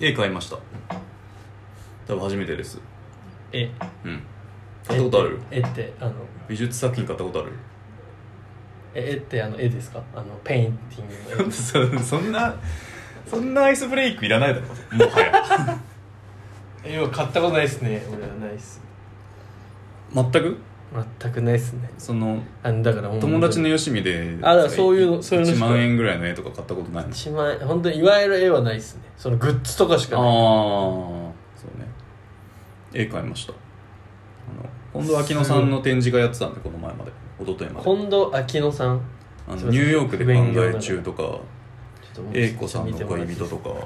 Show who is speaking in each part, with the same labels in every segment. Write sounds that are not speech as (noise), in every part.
Speaker 1: 絵買いました多分初めてです
Speaker 2: 絵
Speaker 1: うん買ったことある
Speaker 2: 絵ってあの
Speaker 1: 美術作品買ったことある
Speaker 2: え絵ってあの絵ですかあのペインティングの
Speaker 1: (laughs)
Speaker 2: 絵
Speaker 1: そそんなそんなアイスブレイクいらないだろもはや
Speaker 2: 絵は買ったことないですね俺はないっす
Speaker 1: 全く
Speaker 2: 全くないっすね
Speaker 1: その
Speaker 2: あのだから本当に
Speaker 1: 友達のよしみで
Speaker 2: あだからそういうのそういうのし
Speaker 1: 1
Speaker 2: か
Speaker 1: 万円ぐらいの絵とか買ったことないの
Speaker 2: 一万円本当にいわゆる絵はないっすねそのグッズとかしか
Speaker 1: ああ
Speaker 2: ない
Speaker 1: そうね絵買いましたあの近藤明乃さんの展示がやってたんでこの前まで一昨日まで
Speaker 2: 近藤秋乃さん
Speaker 1: あ
Speaker 2: すい
Speaker 1: の
Speaker 2: ま
Speaker 1: ニ
Speaker 2: せん
Speaker 1: ューヨークで考え中とか
Speaker 2: ちょっと
Speaker 1: 英子さんの恋人と
Speaker 2: か
Speaker 1: か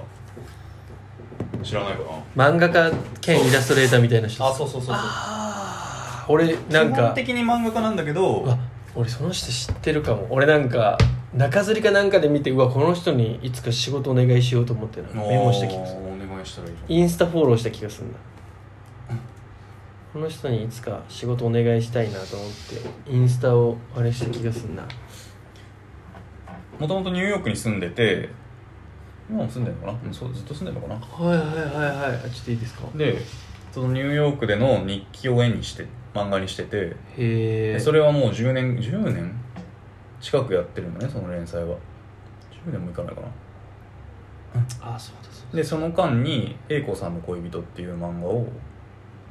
Speaker 1: 知らないかな
Speaker 2: 漫画家兼イラストレーターみたいな人
Speaker 1: そうそうそうそう
Speaker 2: あ俺なん
Speaker 1: 基本
Speaker 2: か
Speaker 1: 的に漫画家なんだけど
Speaker 2: あ俺その人知ってるかも俺なんか中吊りかなんかで見てうわこの人にいつか仕事お願いしようと思ってなメモした気がする
Speaker 1: お願いしたらいいじ
Speaker 2: インスタフォローした気がするんだこの人にいつか仕事お願いしたいなと思ってインスタをあれした気がするな
Speaker 1: ゃんもともとニューヨークに住んでて今も住んでるのかな、うん、そうずっと住んでるのかな
Speaker 2: はいはいはいはいあちょっといいですか
Speaker 1: でそのニューヨークでの日記を絵にして漫画にしてて
Speaker 2: へ
Speaker 1: で
Speaker 2: え
Speaker 1: それはもう10年10年近くやってるのねその連載は10年もいかないかな
Speaker 2: あそうだそう
Speaker 1: でその間に「英子さんの恋人」っていう漫画を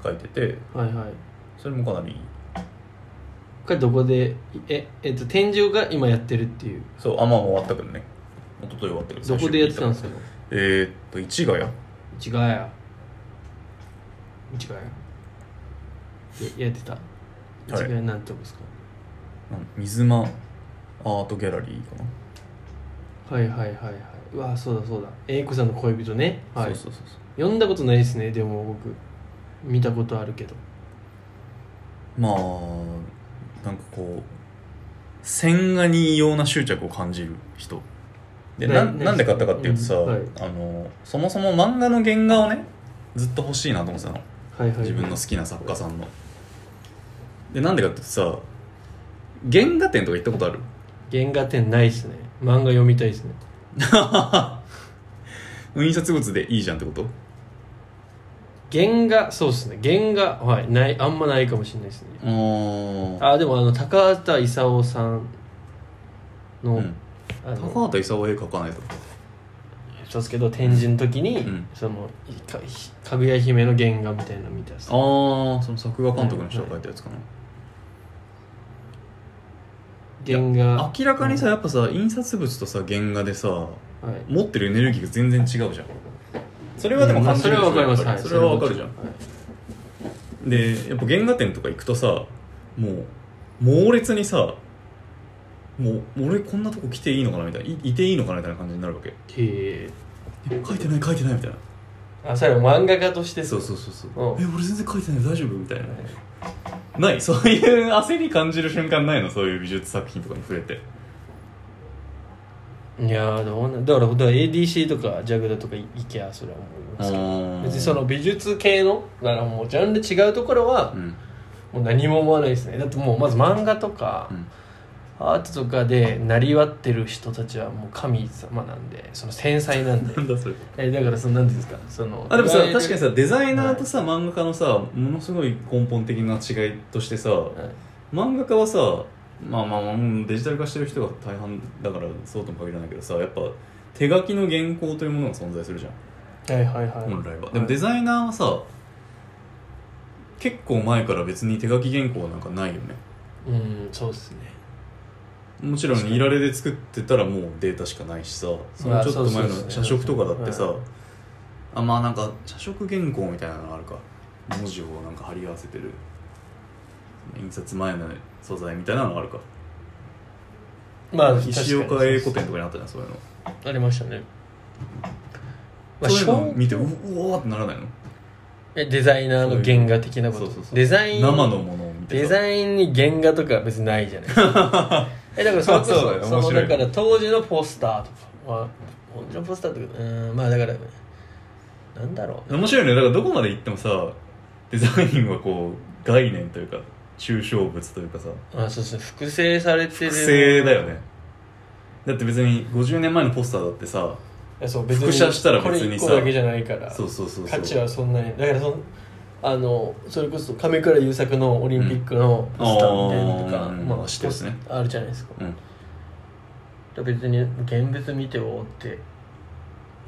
Speaker 1: 書いてて
Speaker 2: だはいはい
Speaker 1: それもかなりいい
Speaker 2: これどこでええっと天井が今やってるっていう
Speaker 1: そうあまあもう終わったけどね一昨日終わってる
Speaker 2: どこでやってたんです
Speaker 1: か
Speaker 2: か
Speaker 1: えー、っと市ヶ谷
Speaker 2: 市ヶ谷市ヶ谷でやってた市ヶ谷なんてとこですか、
Speaker 1: なん水間アートギャラリーかな、
Speaker 2: はい、はいはいはいはいうわそうだそうだ英子さんの恋人ね、はい、
Speaker 1: そうそうそうそう
Speaker 2: 読んだことないですねでも僕見たことあるけど
Speaker 1: まあなんかこう線画に異様な執着を感じる人でな
Speaker 2: ねね
Speaker 1: なんで買ったかっていうとさ、
Speaker 2: うんはい
Speaker 1: あのそもそも漫画の原画をねずっと欲しいなと思ってたの
Speaker 2: はいはい
Speaker 1: 自分の好きな作家さんのでなんでかっていうとさ原画展とか行ったことある
Speaker 2: 原画展ないですね漫画読みたいですね
Speaker 1: 印刷物でいいじゃんってこと
Speaker 2: 原画そうですね原画はいないあんまないかもしれないですね
Speaker 1: あー
Speaker 2: あでもあの高畑勲さんの,、
Speaker 1: うん
Speaker 2: あの
Speaker 1: 高畑勲は絵描かないと
Speaker 2: そうですけど展示の時に、
Speaker 1: うん
Speaker 2: そのいかひかぐや姫の原画みたいなの見たっす
Speaker 1: ああその作画監督の人が描いたやつかな、
Speaker 2: 原画
Speaker 1: 明らかにさやっぱさ印刷物とさ原画でさ
Speaker 2: はい
Speaker 1: 持ってるエネルギーが全然違うじゃんそれはでも感じる
Speaker 2: まあそれはわかります、
Speaker 1: や
Speaker 2: は
Speaker 1: っぱ
Speaker 2: い、
Speaker 1: りそれはわかるじゃ
Speaker 2: は
Speaker 1: んでやっぱ原画展とか行くとさもう猛烈にさもう俺こんなとこ来ていいのかなみたいないいていいのかなみたいな感じになるわけ
Speaker 2: い、へえ
Speaker 1: 書いてない書いてないみたいな
Speaker 2: あそれは漫画家として
Speaker 1: そうそううそうそう
Speaker 2: うん
Speaker 1: え俺全然書いてない大丈夫みたいなないそういう焦り感じる瞬間ないのそういう美術作品とかに触れて
Speaker 2: いやーどうなんだからだから ADC とか JAG だとか行きゃそれは思いますけど別にその美術系のだからもうジャンル違うところは
Speaker 1: うん
Speaker 2: もう何も思わないですねだってもうまず漫画とか、
Speaker 1: うん
Speaker 2: アートとかでなりわってる人たちはもう神様なんでその繊細なん
Speaker 1: (laughs)
Speaker 2: で
Speaker 1: なんだそれ
Speaker 2: えだからそのなんていうんですかその
Speaker 1: あでもさ
Speaker 2: いわゆる
Speaker 1: 確かにさデザイナーとさ、漫画家のさものすごい根本的な違いとしてさ
Speaker 2: はい
Speaker 1: 漫画家はさまあまあ、まあうんデジタル化してる人が大半だからそうとも限らないけどさやっぱ手書きの原稿というものが存在するじゃん
Speaker 2: はいはいはい
Speaker 1: 本来はでもデザイナーはさ結構前から別に手書き原稿なんかないよね
Speaker 2: うんそうですね
Speaker 1: もちろんいられで作ってたらもうデータしかないしさそのちょっと前
Speaker 2: そうそうそう
Speaker 1: の社食とかだってさ、
Speaker 2: はい
Speaker 1: あまあなんか社食原稿みたいなのあるか文字をなんか貼り合わせてる印刷前の素材みたいなのあるか
Speaker 2: まあ
Speaker 1: 石
Speaker 2: 確か
Speaker 1: 岡
Speaker 2: に
Speaker 1: 英子店とかにあったじゃんそういうの、
Speaker 2: ありましたね、まあ、
Speaker 1: そういうの
Speaker 2: 小
Speaker 1: 見てううおーってならないの
Speaker 2: えデザイナーの原画的なこと
Speaker 1: そうそうそう
Speaker 2: デザイン
Speaker 1: 生のものを見て
Speaker 2: デザインに原画とかは別にないじゃないですか
Speaker 1: (laughs)
Speaker 2: えだからそれこそ
Speaker 1: あそうだよ
Speaker 2: そ
Speaker 1: 面
Speaker 2: の
Speaker 1: 白い
Speaker 2: だから当時のポスターとかは当時のポスターとかうーんまあだからなんだろう
Speaker 1: 面白いねだからどこまで行ってもさデザインはこう概念というか抽象物というかさ
Speaker 2: あそうそう複製されてる
Speaker 1: 複製だよねだって別に50年前のポスターだってさ
Speaker 2: やそう別に
Speaker 1: 複写したら別にさ
Speaker 2: これ1個だけじゃないから
Speaker 1: そうそうそうそ
Speaker 2: 価
Speaker 1: う
Speaker 2: 値はそんなにだからそのあのそれこそ亀倉優作のオリンピックのポスターみたいなのとか、
Speaker 1: うんあー
Speaker 2: ま
Speaker 1: う
Speaker 2: あ
Speaker 1: ん知ってますね
Speaker 2: あるじゃないですか
Speaker 1: うん、
Speaker 2: 別に現物見ておって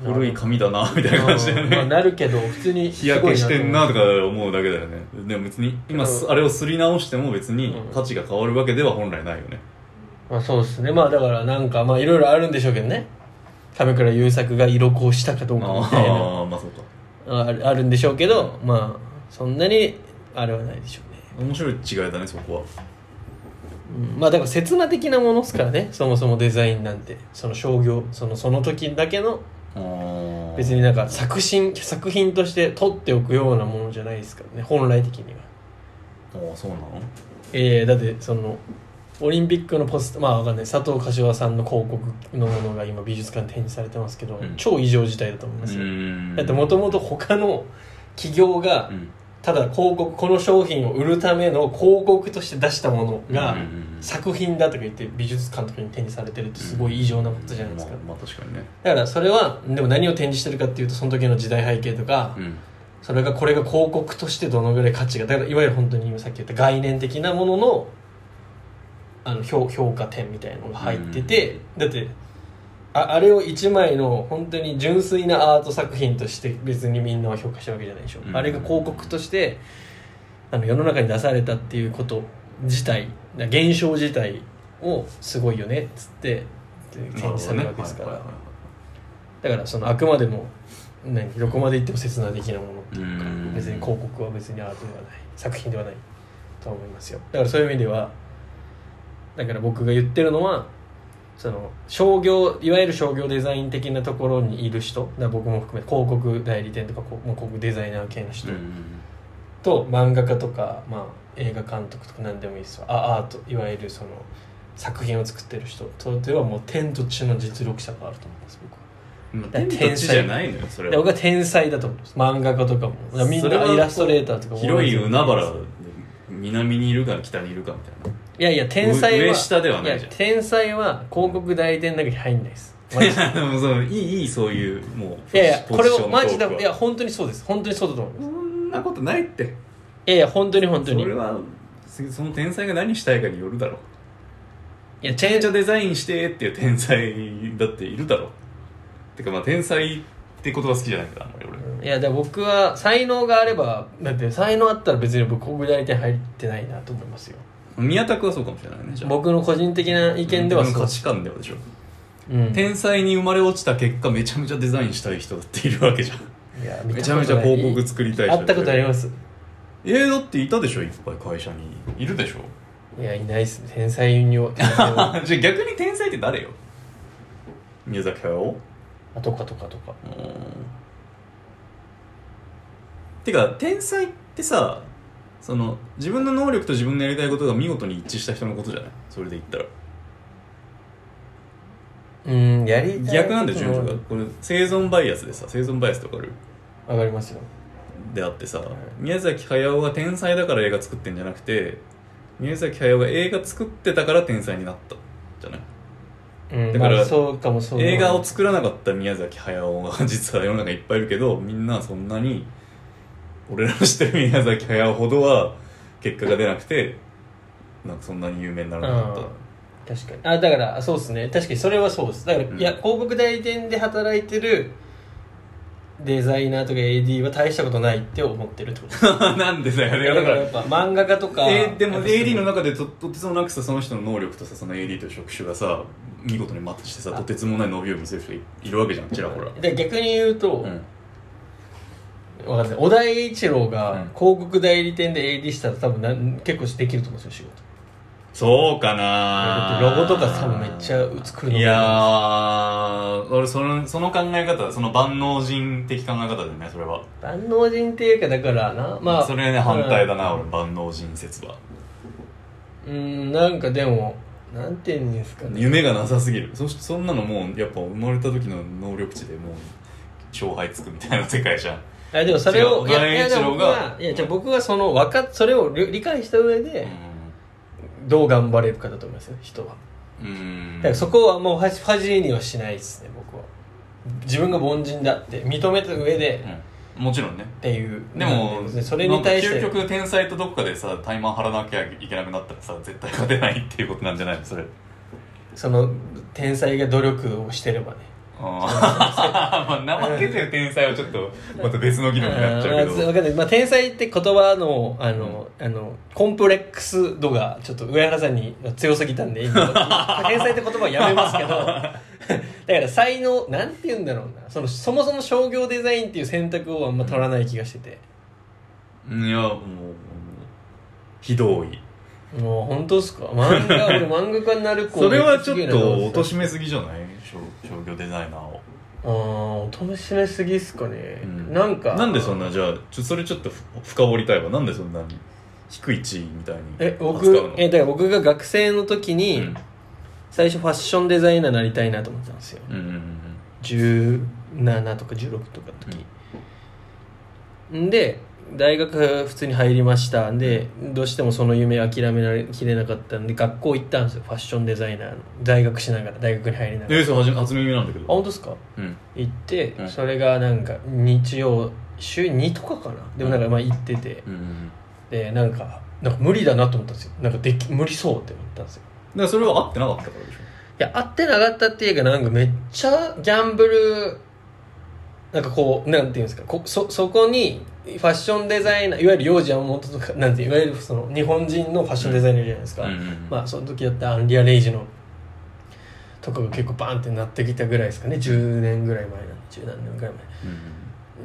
Speaker 1: 古い紙だなみたいな感じだよ
Speaker 2: まあ、
Speaker 1: ね、
Speaker 2: なるけど普通に
Speaker 1: 日焼けしてんなと
Speaker 2: か
Speaker 1: か思うだけだよねでも別に今
Speaker 2: うん
Speaker 1: あれをすり直しても別に
Speaker 2: うん
Speaker 1: 価値が変わるわけでは本来ないよね
Speaker 2: まあそうですねまあだからなんかまあいろいろあるんでしょうけどね亀倉優作が色こうしたかどうかみたいな
Speaker 1: ああまあそうか
Speaker 2: あるあるんでしょうけどまあそんなにあれはないでしょうね
Speaker 1: 面白い違いだねそこは
Speaker 2: うんまあだから刹那的なものですからねそもそもデザインなんてその商業そのその時だけの
Speaker 1: あ
Speaker 2: 別になんか作品作品として取っておくようなものじゃないですからね本来的には
Speaker 1: ああそうなの
Speaker 2: ええだってそのオリンピックのポスターまあわかんない佐藤柏さんの広告のものが今美術館に展示されてますけど、
Speaker 1: うん
Speaker 2: 超異常事態だと思いますよ、
Speaker 1: ん
Speaker 2: だってもともと他の企業が
Speaker 1: うん
Speaker 2: ただ広告この商品を売るための広告として出したものが
Speaker 1: うんうんうんうん
Speaker 2: 作品だとか言って美術館とかに展示されてるってすごい異常なことじゃないですか、
Speaker 1: まあ、まあ確かにね
Speaker 2: だからそれはでも何を展示してるかっていうとその時の時代背景とか、
Speaker 1: うん
Speaker 2: それがこれが広告としてどのぐらい価値がだからいわゆる本当に今さっき言った概念的なもののあの評評価点みたいなのが入ってて、だってああれを一枚の本当に純粋なアート作品として別にみんなは評価したわけじゃないでしょ、
Speaker 1: うん
Speaker 2: あれが広告としてあの世の中に出されたっていうこと自体現象自体をすごいよねっつって展示されるわけですから、
Speaker 1: なるほどね
Speaker 2: だからそのあくまでも何どこまで行っても切な的なものっていうか
Speaker 1: うん
Speaker 2: 別に広告は別にアートではない作品ではないと思いますよだからそういう意味ではだから僕が言ってるのはその商業いわゆる商業デザイン的なところにいる人だから僕も含め広告代理店とかこうもう広告デザイナー系の人、
Speaker 1: はいはいはいうん
Speaker 2: と漫画家とか、まあ、映画監督とか何でもいいですよあアートいわゆるその作品を作ってる人とではもう天と地の実力者があると思います僕は。
Speaker 1: まあ天と地じゃないのよそれ
Speaker 2: で僕
Speaker 1: は
Speaker 2: は天才だと思うんです漫画家とかもだからみん
Speaker 1: それは
Speaker 2: なイラストレーターとかも
Speaker 1: 広い海原で南にいるか北にいるかみたいない
Speaker 2: やいや天才は
Speaker 1: 上下ではない
Speaker 2: や
Speaker 1: じゃん
Speaker 2: 天才は広告代理店だけに入んない
Speaker 1: (laughs)
Speaker 2: ですマジで
Speaker 1: でもそのいいいいそういうもうい
Speaker 2: いやいやこれをマジでいや本当にそうです本当にそうだと思います
Speaker 1: そんなことないって
Speaker 2: いやいや本当に本
Speaker 1: そ
Speaker 2: 当にい
Speaker 1: れはそその天才が何したいかによるだろう
Speaker 2: や
Speaker 1: め
Speaker 2: 天
Speaker 1: っちゃデザインしてっていう天才だっているだろうてかまあ天才って言葉好きじゃないからあんまり俺
Speaker 2: いやだから僕は才能があればだって才能あったら別に僕広告代理店入ってないなと思いますよ
Speaker 1: 宮田君はそうかもしれないねじゃあ
Speaker 2: 僕の個人的な意見では
Speaker 1: 自分の
Speaker 2: そう
Speaker 1: 価、値観ではでしょ、
Speaker 2: うん、い
Speaker 1: 天才に生まれ落ちた結果めちゃめちゃデザインしたい人だっているわけじゃん
Speaker 2: や
Speaker 1: めちゃめちゃ広告作りたい人
Speaker 2: あったことあります
Speaker 1: えー、だっていたでしょいっぱい会社にいるでしょ
Speaker 2: いやいないっす天才には
Speaker 1: あ (laughs) じゃあ逆に天才って誰よ宮崎駿
Speaker 2: あとかとかとか
Speaker 1: てか天才ってさその自分の能力と自分のやりたいことが見事に一致した人のことじゃないそれで言ったら
Speaker 2: うんやりたい
Speaker 1: 逆なんだよ
Speaker 2: こ
Speaker 1: 順
Speaker 2: とも
Speaker 1: 序がこれ生存バイアスでさ生存バイアスとかある
Speaker 2: 上がりますよ
Speaker 1: であってさ、
Speaker 2: い
Speaker 1: 宮崎駿が天才だから映画作ってんじゃなくて宮崎駿が映画作ってたから天才になったじゃない
Speaker 2: うん
Speaker 1: だから
Speaker 2: まあそうかもそう
Speaker 1: 映画を作らなかった宮崎駿が実は世の中いっぱいいるけどみんなそんなに俺らの知ってる宮崎駿ほどは結果が出なくてなんかそんなに有名にならなかっ
Speaker 2: うん確かにあだからそうですね確かにそれはそうですだから、
Speaker 1: うん
Speaker 2: いや広告代理店で働いてるデザイナーとか AD は大したことないって思ってるって (laughs) ことです
Speaker 1: たなんでだよねだ
Speaker 2: だ
Speaker 1: か
Speaker 2: から
Speaker 1: ら
Speaker 2: やっぱ漫画家とか
Speaker 1: えーでも
Speaker 2: やっぱすごい
Speaker 1: AD の中でととてつもなくさその人の能力とさその AD という職種がさ見事にマッチしてさ
Speaker 2: あ
Speaker 1: とてつもない伸びを見せる人いいるわけじゃんちらほら、
Speaker 2: で逆に言うと、
Speaker 1: うん、
Speaker 2: わかんない小田栄一郎が
Speaker 1: うん
Speaker 2: 広告代理店で AD したら多分なん結構できると思うんですよ仕事
Speaker 1: そうかな
Speaker 2: ロゴとか多分めっちゃ作るの
Speaker 1: いやー俺そのその考え方その万能人的考え方だよねそれは
Speaker 2: 万能人っていうかだからなまあ
Speaker 1: それね反対だ
Speaker 2: な
Speaker 1: な、俺万能人説は
Speaker 2: うんなんかでもなんて言うんですかね
Speaker 1: 夢がなさすぎるそしそんなのもうやっぱ生まれた時の能力値でもう勝敗つくみたいな世界じゃん
Speaker 2: あでもそれを
Speaker 1: 違う
Speaker 2: いや
Speaker 1: 万栄
Speaker 2: いやで
Speaker 1: 一
Speaker 2: も
Speaker 1: 郎
Speaker 2: 僕
Speaker 1: が
Speaker 2: はいやじゃあ僕はそのわかそれを理理解した上でどう頑張れるかだと思いますよ人は
Speaker 1: うんうん
Speaker 2: だからそこはもうはじ恥にはしないですね僕は自分が凡人だって認めた上で
Speaker 1: うんもちろんね
Speaker 2: っていう
Speaker 1: でも
Speaker 2: なんそれに対して
Speaker 1: なんか究極天才とどっかでさタイマー張らなきゃいけなくなったらさ絶対勝てないっていうことなんじゃないのそれ
Speaker 2: その天才が努力をしてればね
Speaker 1: あー (laughs) まあ怠けてる天才はちょっとまた別の議論になっちゃうけ
Speaker 2: あーまあ
Speaker 1: ど (laughs)
Speaker 2: わかんないまあ、天才って言葉のあの、あのコンプレックス度がちょっと上原さんに強すぎたんで今
Speaker 1: (laughs)
Speaker 2: 天才って言葉はやめますけど (laughs) だから才能なんて言うんだろうなそのそもそも商業デザインっていう選択をあんま取らない気がしてて
Speaker 1: うんいやもうひどい
Speaker 2: もう本当ですか漫画俺漫画家になる子
Speaker 1: それはちょっと
Speaker 2: 落
Speaker 1: 貶
Speaker 2: と
Speaker 1: めすぎじゃない商商業デザイナーを
Speaker 2: ああおとしめすぎっすかね、
Speaker 1: うん
Speaker 2: なんか
Speaker 1: なんでそんなじゃあちょそれちょっとふ深掘りたいわなんでそんなに低い地位みたいに
Speaker 2: え
Speaker 1: 扱う
Speaker 2: 僕
Speaker 1: の
Speaker 2: えだから僕が学生の時
Speaker 1: う
Speaker 2: に、
Speaker 1: ん
Speaker 2: 最初ファッションデザイナーになりたいなと思ってたんですよ
Speaker 1: うんうんうん
Speaker 2: 17とか16とかの時、ん、で大学普通に入りましたんでどうしてもその夢諦められきれなかったんで学校行ったんですよファッションデザイナーの在学しながら大学に入りながらあ
Speaker 1: えそう初め初耳なんだけど
Speaker 2: 本当ですか
Speaker 1: うん
Speaker 2: 行って、
Speaker 1: うん
Speaker 2: それがなんか日曜週2とかかなでもなんかまあ行ってて
Speaker 1: うんうんうん
Speaker 2: でなんかなんか無理だなと思ったんですよなんかでき無理そうって思ったんですよ
Speaker 1: だからそれは合ってなかったからでしょ
Speaker 2: いや、合ってなかったっていうか、なんかめっちゃギャンブル、なんかこう、なんていうんですか、こそ、そこに、ファッションデザイナー、いわゆる幼児山本とか、なんていう、いわゆるその、日本人のファッションデザイナーいるじゃないですか。
Speaker 1: うんうんうん
Speaker 2: まあ、その時だったらアンリア・レイジの、とかが結構バーンってなってきたぐらいですかね、10年ぐらい前なんで、10何年ぐらい前。
Speaker 1: うん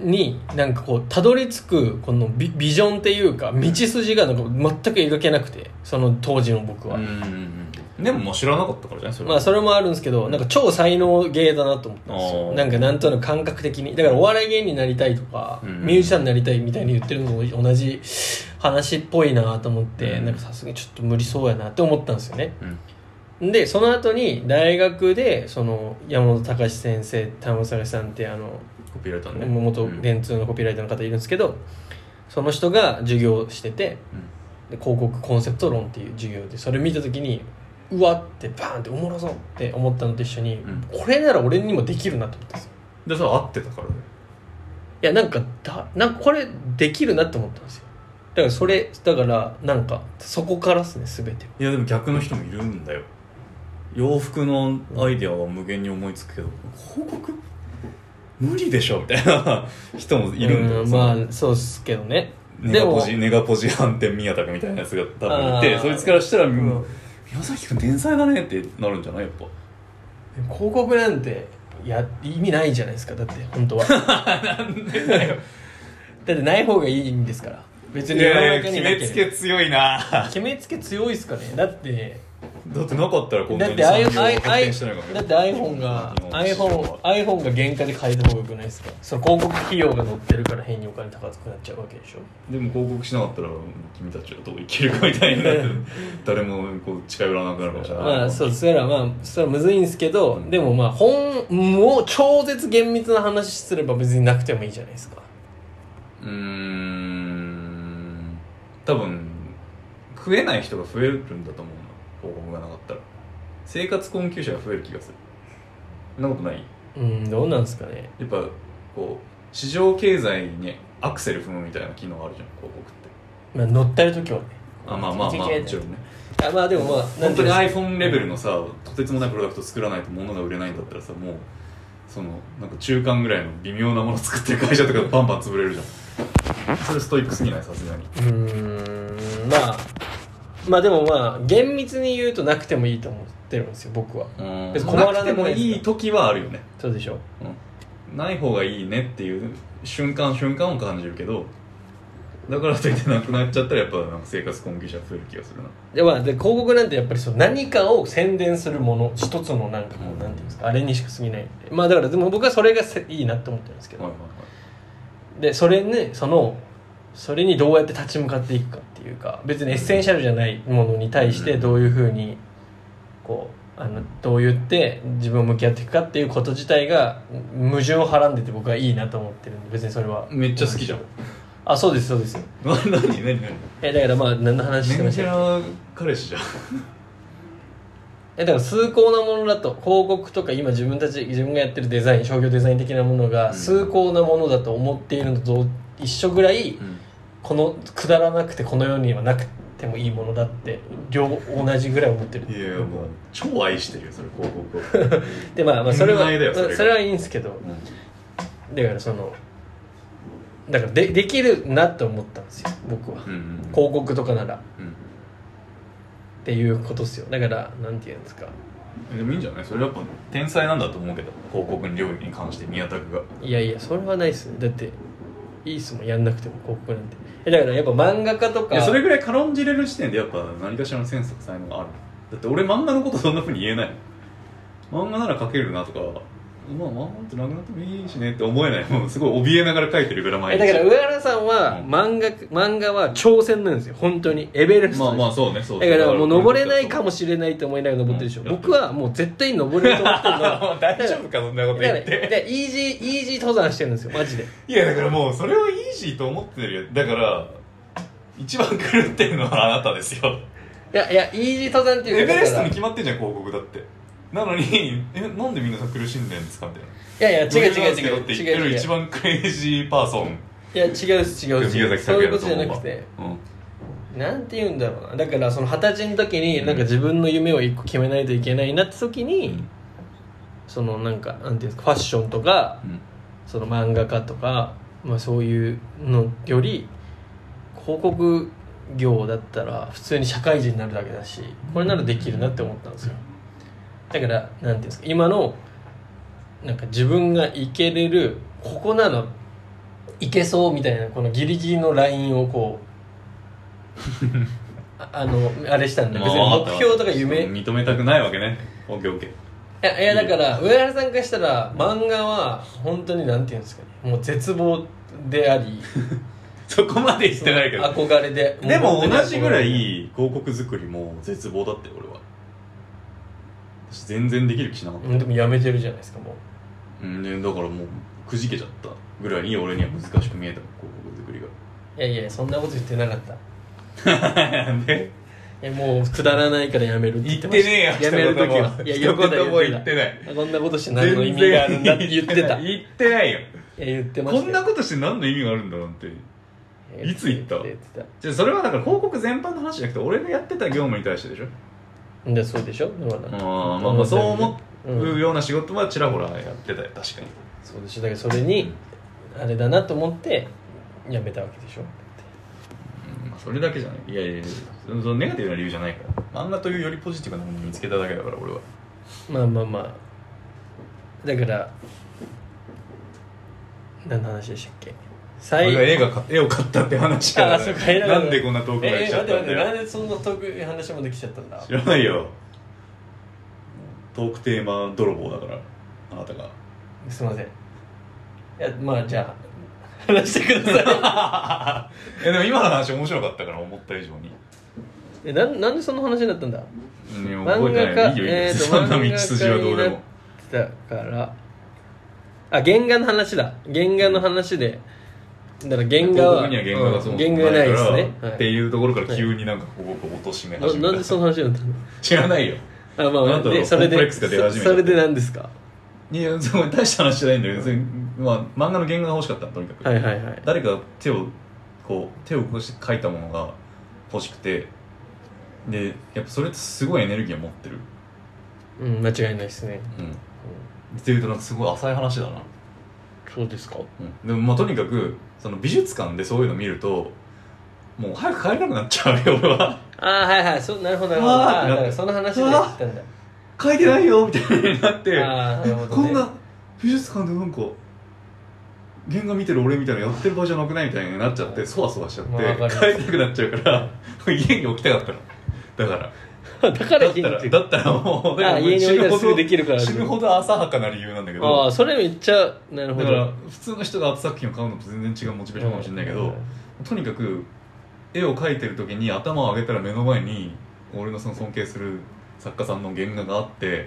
Speaker 2: になんかこうたどり着くこのビビジョンっていうか道筋がなんか全く描けなくてその当時の僕は、
Speaker 1: うんうんうんうんでももう知らなかったからじゃないそれ
Speaker 2: まあそれもあるんですけどなんか超才能芸だなと思ったんです
Speaker 1: お
Speaker 2: よ
Speaker 1: ー
Speaker 2: なんかなんとなく感覚的にだからお笑い芸人になりたいとか、
Speaker 1: うん
Speaker 2: ミュージシャンになりたいみたいに言ってるのと同じ話っぽいなと思って、
Speaker 1: うん
Speaker 2: なんかさすがにちょっと無理そうやなって思ったんですよね
Speaker 1: うん
Speaker 2: でその後に大学でその山本隆先生田本隆さんってあの
Speaker 1: コピーライターね
Speaker 2: 元電通のコピーライターの方いるんですけど、その人が授業してて
Speaker 1: うん
Speaker 2: で広告コンセプト論っていう授業でそれ見た時にうわってバーンっておもろそうって思ったのと一緒に、
Speaker 1: ん
Speaker 2: これなら俺にもできるなと思ったんですよ
Speaker 1: でそれ合ってたからね
Speaker 2: いやなんかだなんかこれできるなって思ったんですよだからそれだからなんかそこからですね全てはい
Speaker 1: やでも逆の人もいるんだよ洋服のアイディアは無限に思いつくけど広告無理でしょみたいな (laughs) 人もいるんだよ
Speaker 2: うん
Speaker 1: その
Speaker 2: まあそうっすけどね
Speaker 1: ネガポ
Speaker 2: で
Speaker 1: ジネガポジ反転宮崎みたいなやつが多分い
Speaker 2: あ
Speaker 1: て
Speaker 2: ー
Speaker 1: そいつからしたら、
Speaker 2: ん
Speaker 1: もう宮崎君天才だねってなるんじゃないやっぱ
Speaker 2: 広告なんていや意味ないじゃないですかだって
Speaker 1: (laughs)
Speaker 2: 本当はだってない方がいいんですから別に世の中になければ
Speaker 1: 強い
Speaker 2: (laughs)
Speaker 1: な
Speaker 2: 決めつけ強いっすかねだって
Speaker 1: だってなかったらこんな
Speaker 2: だっ
Speaker 1: に
Speaker 2: て I-
Speaker 1: 産業
Speaker 2: I-
Speaker 1: 発
Speaker 2: I-
Speaker 1: 展してないから
Speaker 2: だって iPhone が
Speaker 1: 日本の市場
Speaker 2: iPhone,
Speaker 1: は
Speaker 2: iPhone が原価で買えた方がよくないですかその広告費用が載ってるから変にお金高くなっちゃうわけでしょ
Speaker 1: でも広告しなかったら君たちはどういけるかみたいになって誰もこう近寄らなくなるかもしれない、
Speaker 2: まあそうそれはまあそれはむずいんですけど、
Speaker 1: うん
Speaker 2: でもまあ本もう超絶厳密な話すれば別になくてもいいじゃないですか
Speaker 1: うーん多分食えない人が増えるんだと思うな広告がなかったら生活困窮者が増える気がするそんなことない
Speaker 2: うんどうなんですかね
Speaker 1: やっぱこう市場経済にアクセル踏むみたいな機能あるじゃん広告って
Speaker 2: まあ乗ってる時はね
Speaker 1: あまあまあまあもちろんね
Speaker 2: あまあでもまあ
Speaker 1: 本当に
Speaker 2: なんていうんですか
Speaker 1: iPhone レベルのさとてつもないプロダクト作らないと物が売れないんだったらさもうそのなんか中間ぐらいの微妙なもの作ってる会社とかバンバン潰れるじゃんそれストイックすぎないさすがに
Speaker 2: うーんまあまあでもまあ厳密に言うとなくてもいいと思ってるんですよ僕は別に困らなくないですか
Speaker 1: くてもいい時はあるよね、
Speaker 2: そうでしょ
Speaker 1: うん、ない方がいいねっていう瞬間瞬間を感じるけどだからといってなくなっちゃったらやっぱなんか生活困窮者増える気がするな
Speaker 2: でまあ、で広告なんてやっぱりその何かを宣伝するもの一つのなんかこう、
Speaker 1: うん
Speaker 2: なんていうんですかあれにしか過ぎないんでまあだからでも僕はそれがせいいなって思ってるんですけど、
Speaker 1: はいはい
Speaker 2: でそれねそのそれにどうやって立ち向かっていくかっていうか別にエッセンシャルじゃないものに対して
Speaker 1: うん
Speaker 2: どういうふうにこうあのどう言って自分を向き合っていくかっていうこと自体が矛盾をはらんでて僕はいいなと思ってるんで別にそれは
Speaker 1: はいめっちゃ好きじゃん
Speaker 2: あそうですそうです
Speaker 1: な (laughs) 何何何
Speaker 2: えだからまあ何の話して
Speaker 1: メ
Speaker 2: ま
Speaker 1: ン
Speaker 2: し
Speaker 1: ヘ
Speaker 2: たっ
Speaker 1: ラ彼氏じゃん
Speaker 2: えだから崇高なものだと広告とか今自分たち自分がやってるデザイン商業デザイン的なもの
Speaker 1: う
Speaker 2: が
Speaker 1: ん
Speaker 2: 崇高なものだと思っているのと一緒ぐら
Speaker 1: う
Speaker 2: い
Speaker 1: ん
Speaker 2: このくだらなくてこの世にはなくてもいいものだって両同じぐらい思ってる
Speaker 1: いやもう超愛してるよそれ広告をう
Speaker 2: でまあまあそれは
Speaker 1: 恋愛だよそれが
Speaker 2: まあそれはいいんですけど
Speaker 1: ん
Speaker 2: だからそのだからでできるなと思ったんですよ僕は
Speaker 1: うんうんうん
Speaker 2: 広告とかならっ
Speaker 1: うん
Speaker 2: ていうことですよだからなんて言うんですか
Speaker 1: でもいいんじゃないそれやっぱ天才なんだと思うけど広告領域に関して宮田君が
Speaker 2: いやいやそれはないっすだっていいっすもんやんなくても広告なんてえだからやっぱ漫画家と
Speaker 1: い
Speaker 2: か
Speaker 1: やそれぐらい軽んじれる時点でやっぱ何かしらのセンスとか才能があるだって俺漫画のことそんなふうに言えない漫画なら描けるなとかまあ漫画ってなくなってもいいしねって思えないもうすごい怯えながら描いてるぐらい
Speaker 2: え
Speaker 1: 毎
Speaker 2: だ
Speaker 1: 日
Speaker 2: から上原さんは
Speaker 1: うん
Speaker 2: 漫画漫画は挑戦なんですよ本当にエベレストです
Speaker 1: まあまあそうねそう
Speaker 2: だからもう登れないか
Speaker 1: も
Speaker 2: もしれないと思いながら登ってるでしょ、
Speaker 1: うん
Speaker 2: 僕はもう絶対に登れると思ってるの
Speaker 1: (laughs) 大丈夫かそんなこと
Speaker 2: だ
Speaker 1: 言
Speaker 2: から
Speaker 1: って
Speaker 2: でイージーイージー登山してるんですよマジで
Speaker 1: いやだからもうそれはイージーと思ってるよだから一番狂ってるのはあなたですよ
Speaker 2: いやいやイージー登山っていう
Speaker 1: エ
Speaker 2: か
Speaker 1: ベレストに
Speaker 2: だから
Speaker 1: 決まってんじゃん広告だってなのにえなんでみんなさ苦しんでんですかみたいない
Speaker 2: やいや違う違う違う
Speaker 1: って
Speaker 2: 違
Speaker 1: 言って
Speaker 2: う違
Speaker 1: る
Speaker 2: う
Speaker 1: 一番クレイジーパーソン
Speaker 2: いや違うっす違うっす
Speaker 1: 宮崎
Speaker 2: そ
Speaker 1: 拓
Speaker 2: うい
Speaker 1: 也だ
Speaker 2: うこと
Speaker 1: と
Speaker 2: じゃ
Speaker 1: 思
Speaker 2: な
Speaker 1: うわ
Speaker 2: くて
Speaker 1: うん
Speaker 2: なんて言うんだろうなだからその二十歳の時になんか自分の夢を一個決めないといけないなって時に、
Speaker 1: うん
Speaker 2: そのなんかなんていうんですかファッションとか
Speaker 1: うん
Speaker 2: その漫画家とか、まあ、そういうのより広告業だったら普通に社会人になるだけだしこれならできるなって思ったんですよだからなんていうんですか今のなんか自分がいけれるここならいけそうみたいなこのギリギリのラインをこうああのあれしたんで別
Speaker 1: まあ
Speaker 2: に目標とか夢い
Speaker 1: 認めたくないわけねオッケーオッケー
Speaker 2: やいやだから上原さんからしたら漫画は本当になんていうんですかねもう絶望であり
Speaker 1: そこまで言ってないけど
Speaker 2: 憧れで
Speaker 1: でも同じぐら
Speaker 2: もう
Speaker 1: い広告作りも絶望だって俺は私全然できる気しなかっ
Speaker 2: 本当にうんでもやめてるじゃないですかもう
Speaker 1: たうんでだからもうくじけちゃったぐらいに俺には難しく見えた広告作り
Speaker 2: いやいやそんなこと言ってなかったい
Speaker 1: が
Speaker 2: (laughs)
Speaker 1: で
Speaker 2: やもうくだらないからやめるって
Speaker 1: 言
Speaker 2: 言っ
Speaker 1: ってて
Speaker 2: ました
Speaker 1: ねえよ
Speaker 2: やめる時はいいや
Speaker 1: や
Speaker 2: 横
Speaker 1: 横
Speaker 2: 田
Speaker 1: 田も
Speaker 2: 言
Speaker 1: 言
Speaker 2: っ
Speaker 1: っててない
Speaker 2: たこんなことして何の意味があるんだって言ってたい
Speaker 1: 言ってないよ
Speaker 2: や言ってまし
Speaker 1: こ
Speaker 2: た
Speaker 1: んなことして何の意味があるんだなんていつ言った
Speaker 2: 言って
Speaker 1: じゃあそれはだから広告全般の話じゃなくて俺がやってた業務に対してでしょ
Speaker 2: たでそうでしょだから
Speaker 1: ああまあまあそう思
Speaker 2: うん
Speaker 1: うような仕事はちらほらやってたよ確かに
Speaker 2: そうでしょだからそれにあれだなと思ってやめたわけでしょ
Speaker 1: うんまあそれだけじゃないいやいやいやそのそのネガティブな理由じゃないから漫画というよりポジティブなものを見つけただけだから俺は
Speaker 2: まあまあまあだから何の話でしたっけ
Speaker 1: 俺
Speaker 2: 最
Speaker 1: が絵が買絵を買ったって話か
Speaker 2: あ
Speaker 1: ら
Speaker 2: あそうかえらい
Speaker 1: なんでこんな遠くまで来ちゃったん
Speaker 2: えー待っ
Speaker 1: だ
Speaker 2: て待って
Speaker 1: よ
Speaker 2: なんでそんな遠く話もできちゃったんだ
Speaker 1: 知らないよトークテーマ泥棒だからあなたが
Speaker 2: すいませんいやまあじゃあ話してくだ
Speaker 1: (laughs)
Speaker 2: さ
Speaker 1: えでも今の話面白かったから思った以上に
Speaker 2: いえなんなんでその話になったんだ
Speaker 1: うん覚
Speaker 2: 漫
Speaker 1: えて
Speaker 2: 画
Speaker 1: ないいい
Speaker 2: 家
Speaker 1: よいいよ、(laughs)
Speaker 2: えーと
Speaker 1: そんな道筋はどうで
Speaker 2: 漫画家にな
Speaker 1: も
Speaker 2: っだからあ原画の話だ原画の話でだから原画
Speaker 1: 広告
Speaker 2: は
Speaker 1: には原画がそもそも
Speaker 2: うん原画ないですね
Speaker 1: から
Speaker 2: は
Speaker 1: って
Speaker 2: い
Speaker 1: いうところから急になんか広告を落としめ
Speaker 2: な
Speaker 1: 始めた
Speaker 2: なんでその話になったの
Speaker 1: 知らないよ
Speaker 2: あまあま
Speaker 1: な
Speaker 2: あ
Speaker 1: んだろう
Speaker 2: でそれ
Speaker 1: コンプレッ
Speaker 2: で
Speaker 1: クスが出始めた
Speaker 2: それで何ですか
Speaker 1: いやそこ大した話じゃないんだけどそれまあ、漫画の原画が欲しかったのとにかく、
Speaker 2: はいはいはい
Speaker 1: 誰かが手をこう手をこうして描いたものが欲しくてでやっぱそれってすごいエネルギーを持ってる
Speaker 2: うん間違いないですね
Speaker 1: うんっていうとなんかすごい浅い話だな、
Speaker 2: そうですか
Speaker 1: うん、でもまあとにかくその美術館でそういうの見るともう早く帰りたくなっちゃうよ俺
Speaker 2: (laughs)
Speaker 1: は
Speaker 2: ああはいはいそうなるほどなるほ
Speaker 1: う
Speaker 2: ど
Speaker 1: わー
Speaker 2: あーだからその話で言ったんだ
Speaker 1: 書いてないよみたいになって
Speaker 2: ああなるほど、
Speaker 1: こ
Speaker 2: ね、
Speaker 1: んな美術館でなんか原画見てる俺みたいなやってる場合じゃなくないみたいになっちゃってそわそわしちゃって、
Speaker 2: まあわかります
Speaker 1: 帰りたくなっちゃうから家に置きたかったのだから
Speaker 2: だから
Speaker 1: だっ
Speaker 2: 現地
Speaker 1: たらだったらもうだから
Speaker 2: あ家に置いたらすぐできるから
Speaker 1: 死ぬほど浅はかな理由なんだけ
Speaker 2: あ
Speaker 1: ど
Speaker 2: あそれめっちゃなるほ
Speaker 1: だか
Speaker 2: ど
Speaker 1: ら普通の人がアート作品を買うのと全然違うモチベーションかもしれないけど、とにかく絵を描いてる時に頭を上げたら目の前に俺のその尊敬する作家さんの原画があって、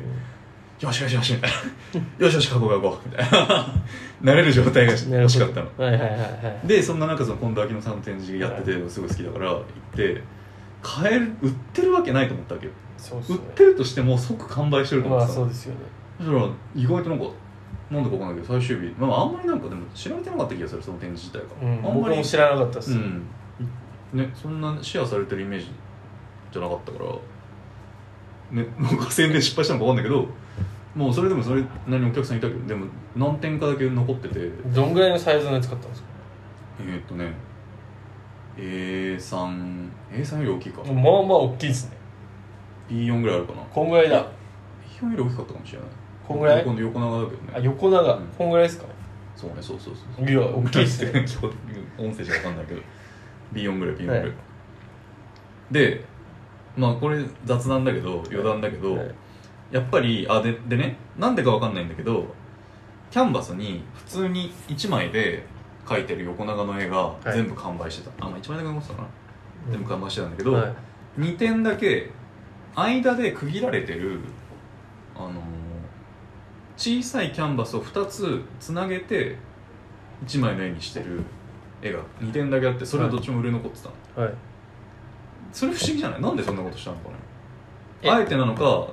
Speaker 1: よしよしよしみたいなよしよし書こう書こうみたいな慣れる状態が
Speaker 2: なる
Speaker 1: 欲
Speaker 2: ほ
Speaker 1: し
Speaker 2: ど
Speaker 1: かったの
Speaker 2: はいはいはいはい
Speaker 1: でそんな中その近藤秋乃さんの展示やっててすごい好きだから行って買える売ってるわけないと思ったわけよ
Speaker 2: そうです
Speaker 1: 売
Speaker 2: よ
Speaker 1: っ
Speaker 2: ね
Speaker 1: てるとしても即完売してるから
Speaker 2: まあ
Speaker 1: さ、
Speaker 2: そうですよね
Speaker 1: だから意外となんかなんでかわかんないけど最終日、まあ、あんまりなんかでも知られてなかった気がするその展示自体
Speaker 2: う
Speaker 1: が、
Speaker 2: ん
Speaker 1: あんま
Speaker 2: 僕
Speaker 1: り
Speaker 2: も知らなかったです、
Speaker 1: うんね、そんなシェアされてるイメージじゃなかったから、ね、 (laughs) なんか宣伝失敗したのかわかんないけどもうそれでもそれなりにお客さんいたけどでも何点かだけ残っててえ
Speaker 2: どんぐらいのサイズのやつ買ったんですか
Speaker 1: ーっとね A3A3 より大きいか
Speaker 2: まあまあ大きいですね
Speaker 1: B4 ぐらいあるかな
Speaker 2: こんぐらいだ
Speaker 1: B4 より大きかったかもしれない
Speaker 2: こんぐらい
Speaker 1: 横の横長だけどね
Speaker 2: あ横長、
Speaker 1: うん
Speaker 2: こんぐらいですか
Speaker 1: そうねそうそうそうそう
Speaker 2: いや大きいです
Speaker 1: (laughs)
Speaker 2: ね
Speaker 1: 今日音声じゃ分かんないけど B4 ぐらい B4 ぐらい、
Speaker 2: はい
Speaker 1: でまあこれ雑談だけど余談だけど、
Speaker 2: はい
Speaker 1: やっぱりあででねなんでか分かんないんだけどキャンバスに普通に1枚で描いてる横長の絵が
Speaker 2: い
Speaker 1: 全部完売してた、あまあ1枚だけ残ってたかな、全部完売してたんだけ
Speaker 2: う
Speaker 1: ど、
Speaker 2: んはい
Speaker 1: 2点だけ間で区切られてる、あのー小さいキャンバスを2つつなげて1枚の絵にしてる絵が2点だけあってそれはどっちも売れ残ってたの、
Speaker 2: はい
Speaker 1: それ不思議じゃないなんでそんなことしたのか
Speaker 2: え
Speaker 1: ねあえてなのか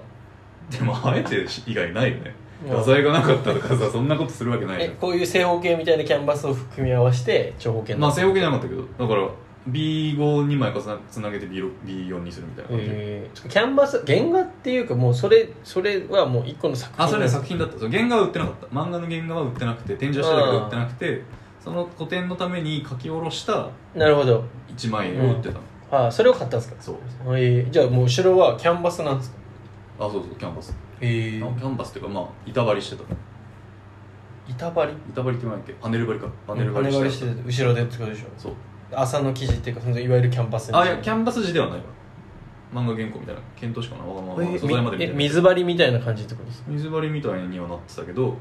Speaker 1: でもあえて以外ないよね
Speaker 2: まあ
Speaker 1: 画材がなかったとかさそんなことするわけないじ
Speaker 2: え
Speaker 1: ゃん
Speaker 2: こういう正方形みたいなキャンバスを組み合わせて長方形に
Speaker 1: ま
Speaker 2: な
Speaker 1: あ
Speaker 2: る
Speaker 1: 正方形じゃなかったけどだから B52 枚重なつなげて B6 B4 にするみたいな感じ、
Speaker 2: えーキャンバス原画っていうかもうそれそれはもう一個の作品
Speaker 1: あそれね作品だったその原画は売ってなかった漫画の原画は売ってなくて展示はしてたけど売ってなくてその個展のために書き下ろした
Speaker 2: なるほど
Speaker 1: 1枚を売ってたの、
Speaker 2: あそれを買ったんですか
Speaker 1: そう
Speaker 2: えー、じゃあもう後ろはキャンバスなんですか
Speaker 1: あそうそうキャンバス、
Speaker 2: ええ
Speaker 1: あキャンバスっていうかまあ板張りしてた
Speaker 2: 板張り
Speaker 1: 板張りって言わないっけパネル張りかパ
Speaker 2: パ
Speaker 1: ネル張り
Speaker 2: ネ
Speaker 1: してた
Speaker 2: 張りしてて後ろでってことでしょ
Speaker 1: そう
Speaker 2: 朝の記事っていうかそのいわゆるキャンバス
Speaker 1: あいやキャ
Speaker 2: ン
Speaker 1: ンバス地ではないわ漫画原稿みたいな検討しかなわがまま
Speaker 2: え
Speaker 1: 素材までみ
Speaker 2: みえ
Speaker 1: たいな
Speaker 2: 水張りみたいな感じってことです
Speaker 1: 水張りみたいにはなってたけど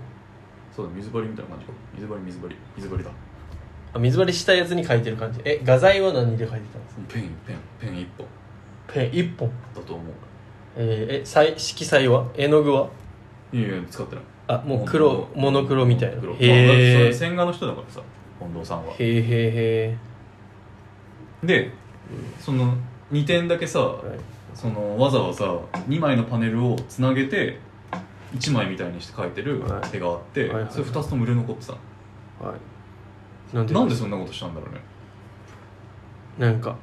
Speaker 1: そうだ水張りみたいな感じか水張り水張り水張りだ
Speaker 2: あ水張りしたやつに書いてる感じえ画材は何で書いてたんですか
Speaker 1: ペンペンペン一本
Speaker 2: ペン一本
Speaker 1: だと思う
Speaker 2: えー、え彩色彩は絵の具はい
Speaker 1: やいや使ってない
Speaker 2: あもう黒モノクロみたいな
Speaker 1: 黒まあだっ
Speaker 2: へ
Speaker 1: て
Speaker 2: え
Speaker 1: それ線画の人だからさ近藤さんは
Speaker 2: へえへえへ
Speaker 1: でその2点だけさ、
Speaker 2: え、はい
Speaker 1: そのわざわざ2枚のパネルをつなげて1枚みたいにして描いてる
Speaker 2: はい
Speaker 1: 絵があって、
Speaker 2: はいはいはい
Speaker 1: それ2つとも売れ残ってた、
Speaker 2: はい、なんで
Speaker 1: なんでそんなことしたんだろうね
Speaker 2: なんか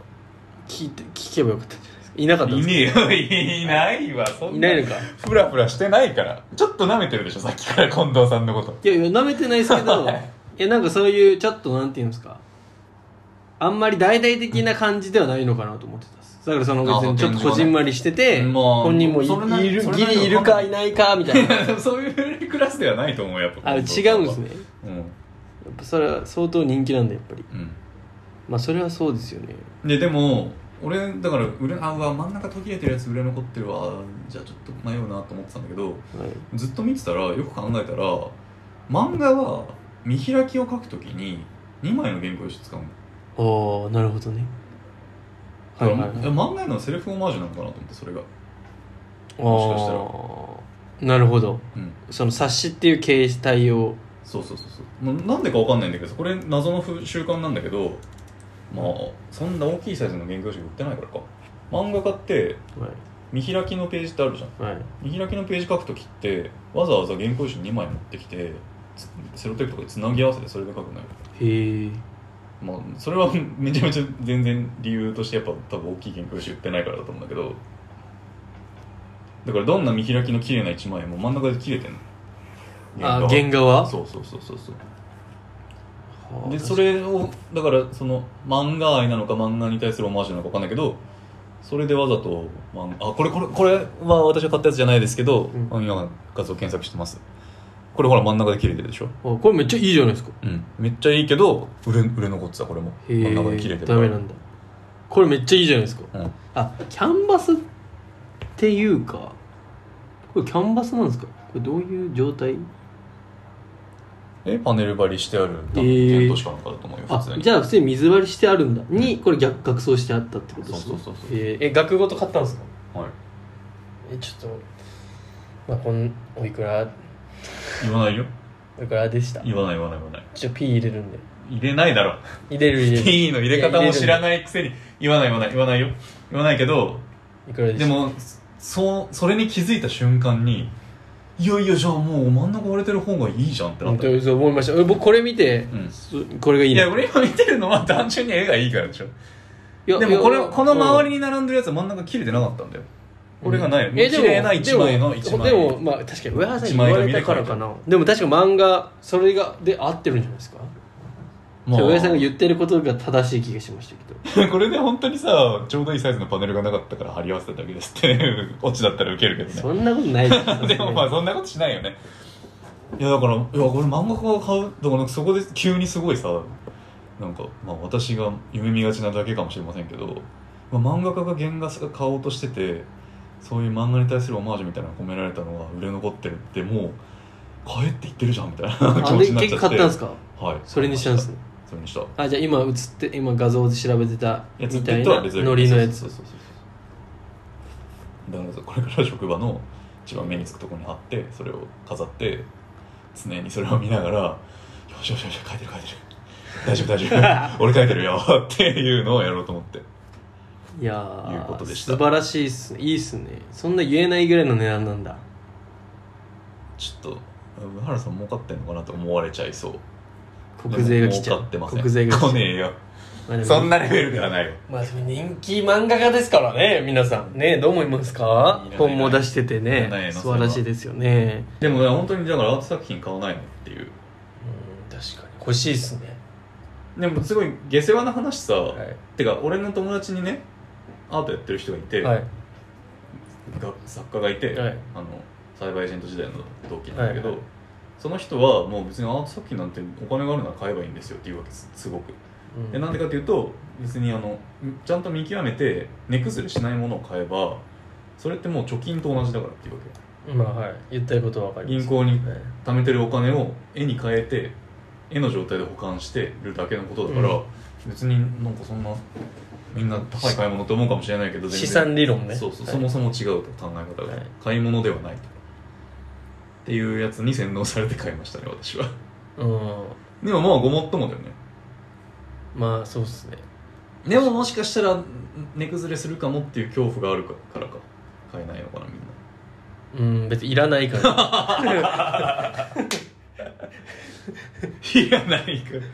Speaker 2: 聞いて聞けばよかったんじゃないですかいなかったんですか
Speaker 1: いねえよいないわそ
Speaker 2: いないのか
Speaker 1: フラフラしてないからちょっと舐めてるでしょさっきから近藤さんのこと
Speaker 2: いやいや舐めてないですけ
Speaker 1: (laughs)
Speaker 2: どいやなんかそういうちょっとなんていうんですかあんまり大々的な感じではないのかなと思ってたっすだからその別
Speaker 1: あ
Speaker 2: にちょっと
Speaker 1: 現状
Speaker 2: こ
Speaker 1: ね
Speaker 2: じんまりしてて、
Speaker 1: まあ
Speaker 2: 本人もい
Speaker 1: それなり
Speaker 2: いる
Speaker 1: それ
Speaker 2: ギ
Speaker 1: なりの
Speaker 2: リいるかいないかみたいな
Speaker 1: (laughs)
Speaker 2: (laughs)
Speaker 1: そういうクラスではないと思うやっぱ
Speaker 2: あ違うんですねやっ
Speaker 1: うん
Speaker 2: ぱそれは相当人気なんだやっぱり
Speaker 1: うん
Speaker 2: まあそれはそうですよね
Speaker 1: ででも俺だから売れあうわ真ん中途切れてるやつ売れ残ってるわじゃあちょっと迷うなと思ってたんだけど
Speaker 2: はい
Speaker 1: ずっと見てたらよく考えたら漫画は見開きを書くときに2枚の原稿用紙使うの、
Speaker 2: ああなるほどねはいはい、はい、
Speaker 1: だから漫画のセルフオマージュなのかなと思ってそれが、もしかしたら
Speaker 2: ああなるほど
Speaker 1: うん、
Speaker 2: その冊子っていう形態を
Speaker 1: そうそうそうそうもうなんでかわかんないんだけどこれ謎の風習慣なんだけどまあそんな大きいサイズの原稿用紙売ってないからか漫画家って
Speaker 2: はい
Speaker 1: 見開きのページってあるじゃん
Speaker 2: はい
Speaker 1: 見開きのページ書くときってわざわざ原稿用紙2枚持ってきてつセロテープとかでつなぎ合わせてそれで書くのよ、
Speaker 2: へえ
Speaker 1: まあ、それは (laughs) めちゃめちゃ全然理由としてやっぱ多分大きい原稿用紙売ってないからだと思うんだけどだからどんな見開きの綺麗な1枚も真ん中で切れてんの
Speaker 2: あ原画は
Speaker 1: そうそうそうそうそう
Speaker 2: はあ
Speaker 1: でそれをだからその漫画愛なのか漫画に対するオマージュなのかわかんないけどそれでわざと漫画あこれこれこれは私が買ったやつじゃないですけど、
Speaker 2: うん
Speaker 1: あの今画像検索してますこれほら真ん中で切れてるでしょ
Speaker 2: あこれめっちゃいいじゃないですか
Speaker 1: うんめっちゃいいけど売れ売れ残ってたこれも
Speaker 2: へ
Speaker 1: 真ん中で切れて
Speaker 2: え
Speaker 1: る
Speaker 2: ダメなんだこれめっちゃいいじゃないですか
Speaker 1: うん
Speaker 2: あキャンバスっていうかこれキャンバスなんですかこれどういう状態
Speaker 1: えパネル張りしてある多分
Speaker 2: へー
Speaker 1: 検討しかなかったと思うよ、
Speaker 2: あ
Speaker 1: 普通に
Speaker 2: じゃあ普通に水割りしてあるんだにこれ逆額装してあったってことです
Speaker 1: そうそうそうそう
Speaker 2: へええ額ごと買ったんですか
Speaker 1: はい、
Speaker 2: えちょっとまあこんおいくら
Speaker 1: 言わないよ
Speaker 2: おいくらでした
Speaker 1: 言わない言わない言わない
Speaker 2: ちょ P 入れるんで
Speaker 1: 入れないだろ
Speaker 2: 入れる入れる
Speaker 1: P の入れ方も知らないくせに言わない言わない言わないよ言わないけど
Speaker 2: いくらでし
Speaker 1: で
Speaker 2: た
Speaker 1: もそうそれに気づいた瞬間にいやいやじゃあもう真ん中割れてる方がいいじゃんってな
Speaker 2: 本
Speaker 1: った
Speaker 2: 当にそう思いました僕これ見て、
Speaker 1: うん
Speaker 2: すこれがいい
Speaker 1: い
Speaker 2: ね
Speaker 1: や俺今見てるのは単純に絵がいいからでしょ
Speaker 2: いや
Speaker 1: でもこれ
Speaker 2: いや
Speaker 1: この周
Speaker 2: うん
Speaker 1: りに並んでるやつ真ん中切れてなかったんだよ
Speaker 2: う
Speaker 1: こ
Speaker 2: ん
Speaker 1: れがない
Speaker 2: えで
Speaker 1: 綺
Speaker 2: も
Speaker 1: 麗な1枚の1枚
Speaker 2: でもでもまあ確かに上原さんに
Speaker 1: 一
Speaker 2: 言
Speaker 1: 枚
Speaker 2: わ
Speaker 1: 紙
Speaker 2: れ
Speaker 1: で
Speaker 2: たからかなでも確か漫画それがで合ってるんじゃないですか、
Speaker 1: まあ
Speaker 2: 上原さんが言ってることが正しい気がしましたけ
Speaker 1: (laughs)
Speaker 2: ど
Speaker 1: これで本当にさちょうどいいサイズのパネルがなかったから貼り合わせただけですっていうオチだったらウケるけどね
Speaker 2: そんなことないです
Speaker 1: (laughs) でもまあそんなことしないよねいやだからいやこれ漫画家が買うだからなんかそこで急にすごいさなんかまあ私が夢見がちなだけかもしれませんけど、まあ、漫画家が原画が買おうとしててそういう漫画に対するオマージュみたいなのが込められたのが売れ残ってるってもう買えって言ってるじゃんみたいな (laughs) 気
Speaker 2: あ
Speaker 1: 持
Speaker 2: で
Speaker 1: ちになっちゃ
Speaker 2: 結局
Speaker 1: って
Speaker 2: 買ったんですか
Speaker 1: はい
Speaker 2: それにしたんですね
Speaker 1: それにした
Speaker 2: あじゃあ今映って今画像で調べてた
Speaker 1: や
Speaker 2: み
Speaker 1: つ
Speaker 2: たいなノリのやつ
Speaker 1: そうそうそうそうだからこれから職場の一番目につくところに貼ってそれを飾って常にそれを見ながら「よしよしよし書いてる書いてる大丈夫大
Speaker 2: (laughs)
Speaker 1: 丈夫俺書いてるよ」っていうのをやろうと思って
Speaker 2: いや
Speaker 1: いうこ
Speaker 2: ー
Speaker 1: とでした
Speaker 2: 素晴らしいっすいいっすねそんな言えないぐらいの値段なんだ
Speaker 1: ちょっと上原さん儲かってんのかなと思われちゃいそう
Speaker 2: 国税が来ちゃ
Speaker 1: でも儲か
Speaker 2: う
Speaker 1: ってません
Speaker 2: 国税が来ちゃ
Speaker 1: 来
Speaker 2: う
Speaker 1: ねえよ
Speaker 2: まあでも
Speaker 1: そんなレベルではないよ
Speaker 2: まあ、人気漫画家ですからね皆さんねどう思いますか
Speaker 1: いらない
Speaker 2: 本も出してて
Speaker 1: いらない
Speaker 2: ね
Speaker 1: の
Speaker 2: 素晴らしいですよね
Speaker 1: でもね本当にだからアート作品買わないのっていう
Speaker 2: うん確かに欲しいっすね
Speaker 1: でもすごい下世話な話さ、
Speaker 2: い
Speaker 1: てか俺の友達にねアートやってる人がいて、
Speaker 2: はい
Speaker 1: が作家がいて、
Speaker 2: はい
Speaker 1: あの栽培エージェント時代の同期なんだけど、
Speaker 2: はいは
Speaker 1: その人はもう別にアート作品なんてお金があるなら買えばいいんですよっていうわけですすごく
Speaker 2: うん
Speaker 1: でなんでかというと別にあのちゃんと見極めて値崩れしないものを買えばそれってもう貯金と同じだからっていうわけ
Speaker 2: まあはい言ったいことは分かりま
Speaker 1: 銀
Speaker 2: す
Speaker 1: 行に
Speaker 2: はい
Speaker 1: 貯めてるお金を絵に変えて絵の状態で保管してるだけのことだから、
Speaker 2: うん
Speaker 1: 別になんかそんなみんな高い買い物と思うかもしれないけど全然
Speaker 2: 資産理論ね
Speaker 1: そうそう、
Speaker 2: はい
Speaker 1: そもそも違うと考え方が、
Speaker 2: はい
Speaker 1: 買い物ではないとっていうやつに洗脳されて買いましたね私は (laughs)
Speaker 2: うん
Speaker 1: でもまあごもっともだよね
Speaker 2: まあそうっすね
Speaker 1: でももしかしたら値崩れするかもっていう恐怖があるからか買えないのかなみんな
Speaker 2: うん別にいらないから
Speaker 1: (laughs) いや (laughs) ないか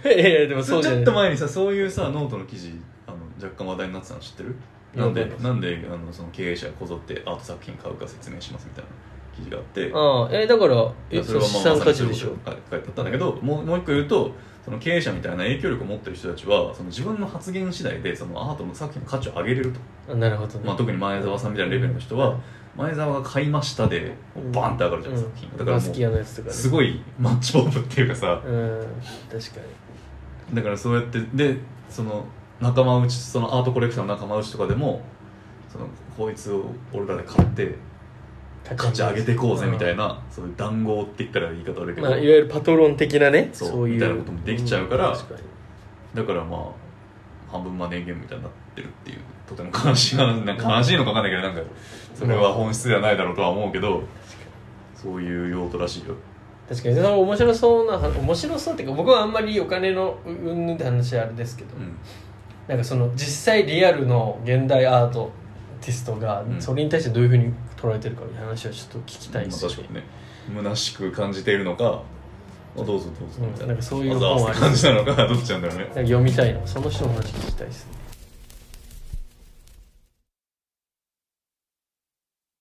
Speaker 2: いやいやでも
Speaker 1: ちょ
Speaker 2: そうじゃない
Speaker 1: っと前にさそういうさノートの記事あの若干話題になってたの知ってるなんで
Speaker 2: わかんない
Speaker 1: なんであのその経営者がこぞってアート作品買うか説明しますみたいな記事があって
Speaker 2: ああえだから
Speaker 1: い
Speaker 2: え
Speaker 1: や
Speaker 2: それ
Speaker 1: まあ
Speaker 2: 資産
Speaker 1: まさ
Speaker 2: 価
Speaker 1: にそう
Speaker 2: 値
Speaker 1: い
Speaker 2: で
Speaker 1: う
Speaker 2: しょ
Speaker 1: ことが書いてあったんだけどもうもう一個言うとその経営者みたいな影響力を持ってる人たちはその自分の発言次第でそのアートの作品の価値を上げれると、
Speaker 2: あなるほどね
Speaker 1: まあ、特に前澤さんみたいなレベルの人は前澤が買いましたでバンって上がるじゃ
Speaker 2: うん
Speaker 1: ない作品がだから
Speaker 2: バ
Speaker 1: も
Speaker 2: スキアのやつとか
Speaker 1: う
Speaker 2: ね
Speaker 1: すごいマッチポープっていうかさ
Speaker 2: うん確かに
Speaker 1: だからそうやってでその仲間内そのアートコレクターの仲間内とかでもそのこいつを俺らで買って価値上げてこうぜみたいなそういう談合って言ったら言い方悪いけど、
Speaker 2: まあ、いわゆるパトロン的なね
Speaker 1: そう
Speaker 2: いう
Speaker 1: みたいなこともできちゃうから
Speaker 2: ん確かに
Speaker 1: だからまあ半分マネーゲームみたいになってるっていうとても悲しい話なんか悲しいのかわかんないけどなんかそれは本質ではないだろうとは思うけどそういう用途らしいよ
Speaker 2: 確かにその面白そうな話面白そうっていうか僕はあんまりお金のうんぬんって話はあれですけど、
Speaker 1: うん
Speaker 2: なんかその実際リアルの現代アートティストが
Speaker 1: うん
Speaker 2: それに対してどういうふうに捉えてるかみたいな話をちょっと聞きたいです
Speaker 1: まあ確かにね虚しく感じているのかあどうぞどうぞみたいな,、
Speaker 2: うんなんかそういう
Speaker 1: わざわ
Speaker 2: 本あ
Speaker 1: ざ
Speaker 2: り
Speaker 1: 感じなのかどっちなんだろうね
Speaker 2: なんか読みたいのその人の話聞きたいですね